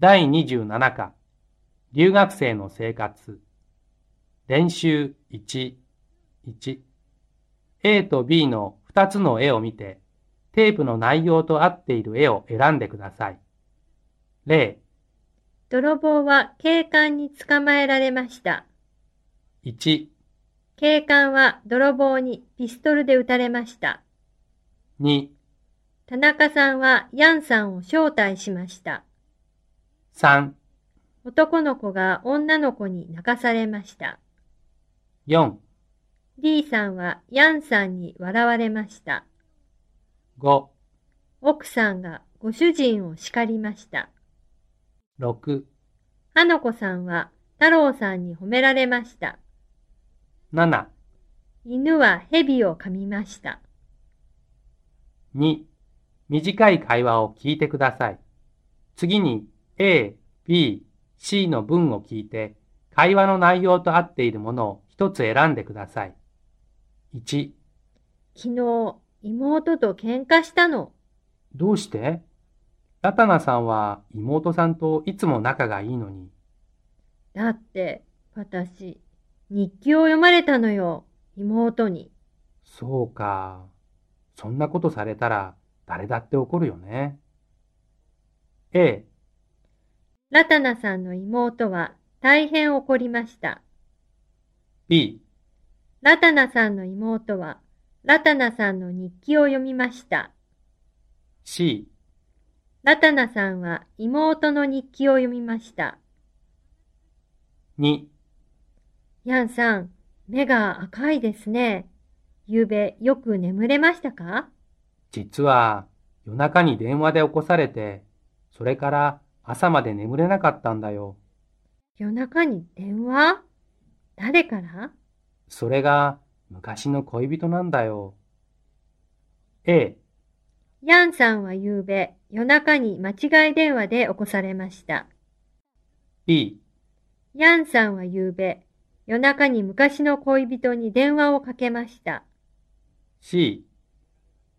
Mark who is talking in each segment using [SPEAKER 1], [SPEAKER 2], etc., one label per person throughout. [SPEAKER 1] 第27課、留学生の生活。練習1、1。A と B の2つの絵を見て、テープの内容と合っている絵を選んでください。例
[SPEAKER 2] 泥棒は警官に捕まえられました。
[SPEAKER 1] 1、
[SPEAKER 2] 警官は泥棒にピストルで撃たれました。
[SPEAKER 1] 2、
[SPEAKER 2] 田中さんはヤンさんを招待しました。
[SPEAKER 1] 3、
[SPEAKER 2] 男の子が女の子に泣かされました。
[SPEAKER 1] 4、
[SPEAKER 2] D さんはヤンさんに笑われました。
[SPEAKER 1] 5、
[SPEAKER 2] 奥さんがご主人を叱りました。
[SPEAKER 1] 6、
[SPEAKER 2] 花子さんは太郎さんに褒められました。
[SPEAKER 1] 7、
[SPEAKER 2] 犬は蛇を噛みました。
[SPEAKER 1] 2、短い会話を聞いてください。次に A、B、C の文を聞いて、会話の内容と合っているものを一つ選んでください。1、
[SPEAKER 2] 昨日、妹と喧嘩したの。
[SPEAKER 1] どうしてラタナさんは妹さんといつも仲がいいのに。
[SPEAKER 2] だって、私、日記を読まれたのよ、妹に。
[SPEAKER 1] そうか。そんなことされたら誰だって怒るよね。A、
[SPEAKER 2] ラタナさんの妹は大変怒りました。
[SPEAKER 1] B、
[SPEAKER 2] ラタナさんの妹は、ラタナさんの日記を読みました。
[SPEAKER 1] C、
[SPEAKER 2] ラタナさんは妹の日記を読みました。
[SPEAKER 1] 2、
[SPEAKER 2] ヤンさん、目が赤いですね。昨べよく眠れましたか
[SPEAKER 1] 実は夜中に電話で起こされて、それから朝まで眠れなかったんだよ。
[SPEAKER 2] 夜中に電話誰から
[SPEAKER 1] それが昔の恋人なんだよ。A、
[SPEAKER 2] ヤンさんは昨べ夜中に間違い電話で起こされました。
[SPEAKER 1] B、
[SPEAKER 2] ヤンさんは昨べ夜中に昔の恋人に電話をかけました。
[SPEAKER 1] C、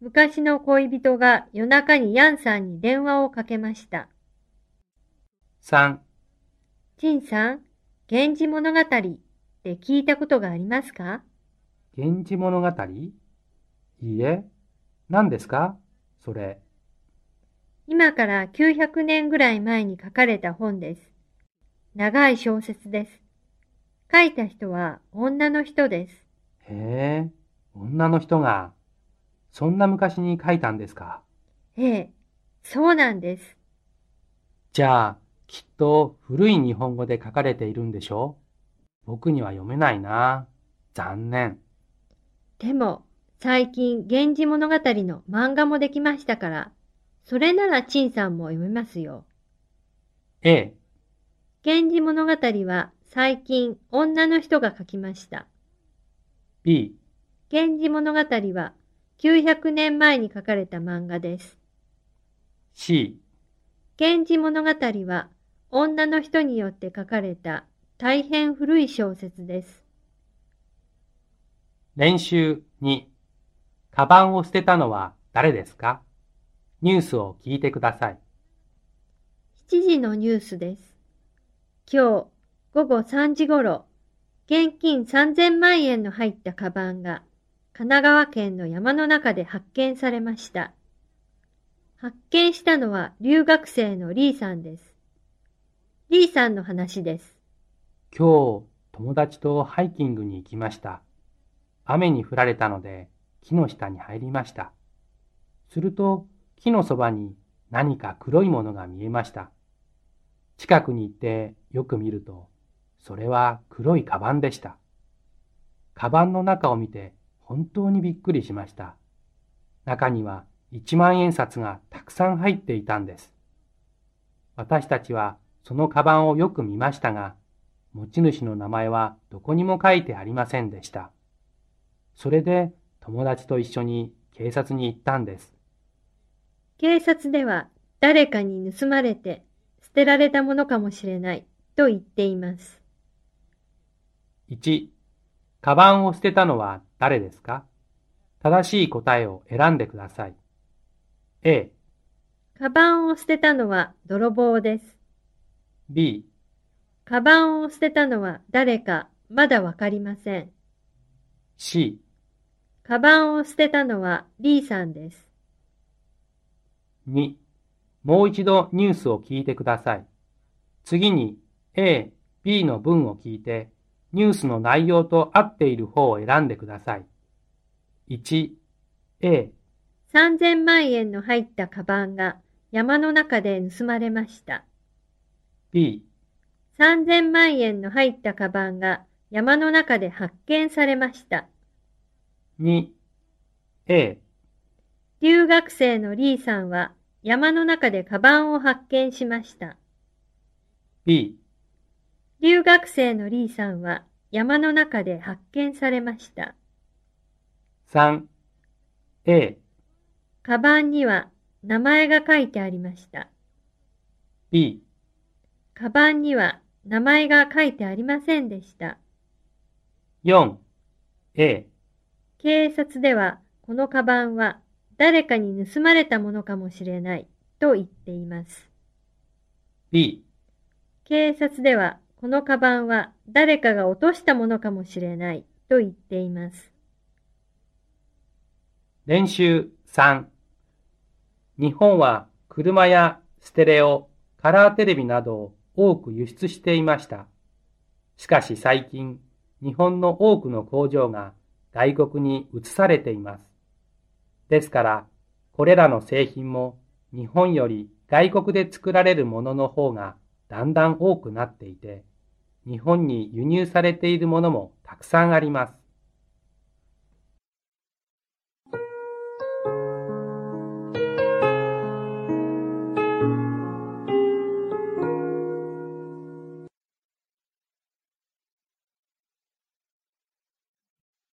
[SPEAKER 2] 昔の恋人が夜中にヤンさんに電話をかけました。
[SPEAKER 1] 3、
[SPEAKER 2] 陳さん、源氏物語って聞いたことがありますか
[SPEAKER 1] 源氏物語いいえ、何ですかそれ。
[SPEAKER 2] 今から900年ぐらい前に書かれた本です。長い小説です。書いた人は女の人です。
[SPEAKER 1] へえ、女の人が、そんな昔に書いたんですか。
[SPEAKER 2] ええ、そうなんです。
[SPEAKER 1] じゃあ、きっと古い日本語で書かれているんでしょ僕には読めないな。残念。
[SPEAKER 2] でも、最近、源氏物語の漫画もできましたから、それなら陳さんも読めますよ。
[SPEAKER 1] A、
[SPEAKER 2] 源氏物語は最近、女の人が書きました。
[SPEAKER 1] B、
[SPEAKER 2] 源氏物語は900年前に書かれた漫画です。
[SPEAKER 1] C、
[SPEAKER 2] 源氏物語は女の人によって書かれた大変古い小説です。
[SPEAKER 1] 練習2。カバンを捨てたのは誰ですかニュースを聞いてください。
[SPEAKER 2] 7時のニュースです。今日午後3時ごろ、現金3000万円の入ったカバンが神奈川県の山の中で発見されました。発見したのは留学生のリーさんです。リーさんの話です。
[SPEAKER 1] 今日、友達とハイキングに行きました。雨に降られたので、木の下に入りました。すると、木のそばに何か黒いものが見えました。近くに行ってよく見ると、それは黒いカバンでした。カバンの中を見て本当にびっくりしました。中には一万円札がたくさん入っていたんです。私たちはそのカバンをよく見ましたが、持ち主の名前はどこにも書いてありませんでした。それで友達と一緒に警察に行ったんです。
[SPEAKER 2] 警察では誰かに盗まれて捨てられたものかもしれないと言っています。
[SPEAKER 1] 1、カバンを捨てたのは誰ですか正しい答えを選んでください。A、
[SPEAKER 2] カバンを捨てたのは泥棒です。
[SPEAKER 1] B、
[SPEAKER 2] カバンを捨てたのは誰かまだわかりません。
[SPEAKER 1] C、
[SPEAKER 2] カバンを捨てたのは D さんです。
[SPEAKER 1] 2、もう一度ニュースを聞いてください。次に A、B の文を聞いて、ニュースの内容と合っている方を選んでください。1、A、
[SPEAKER 2] 3000万円の入ったカバンが山の中で盗まれました。
[SPEAKER 1] B、
[SPEAKER 2] 3000万円の入ったカバンが山の中で発見されました。
[SPEAKER 1] 2、A、
[SPEAKER 2] 留学生のリーさんは山の中でカバンを発見しました。
[SPEAKER 1] B、
[SPEAKER 2] 留学生のリーさんは山の中で発見されました。
[SPEAKER 1] 3、A、
[SPEAKER 2] カバンには名前が書いてありました。
[SPEAKER 1] B、
[SPEAKER 2] カバンには名前が書いてありませんでした。
[SPEAKER 1] 4、A、
[SPEAKER 2] 警察ではこのカバンは誰かに盗まれたものかもしれないと言っています。
[SPEAKER 1] B、
[SPEAKER 2] 警察ではこのカバンは誰かが落としたものかもしれないと言っています。
[SPEAKER 1] 練習3。日本は車やステレオ、カラーテレビなどを多く輸出していました。しかし最近、日本の多くの工場が外国に移されています。ですから、これらの製品も日本より外国で作られるものの方がだんだん多くなっていて、日本に輸入されているものもたくさんあります。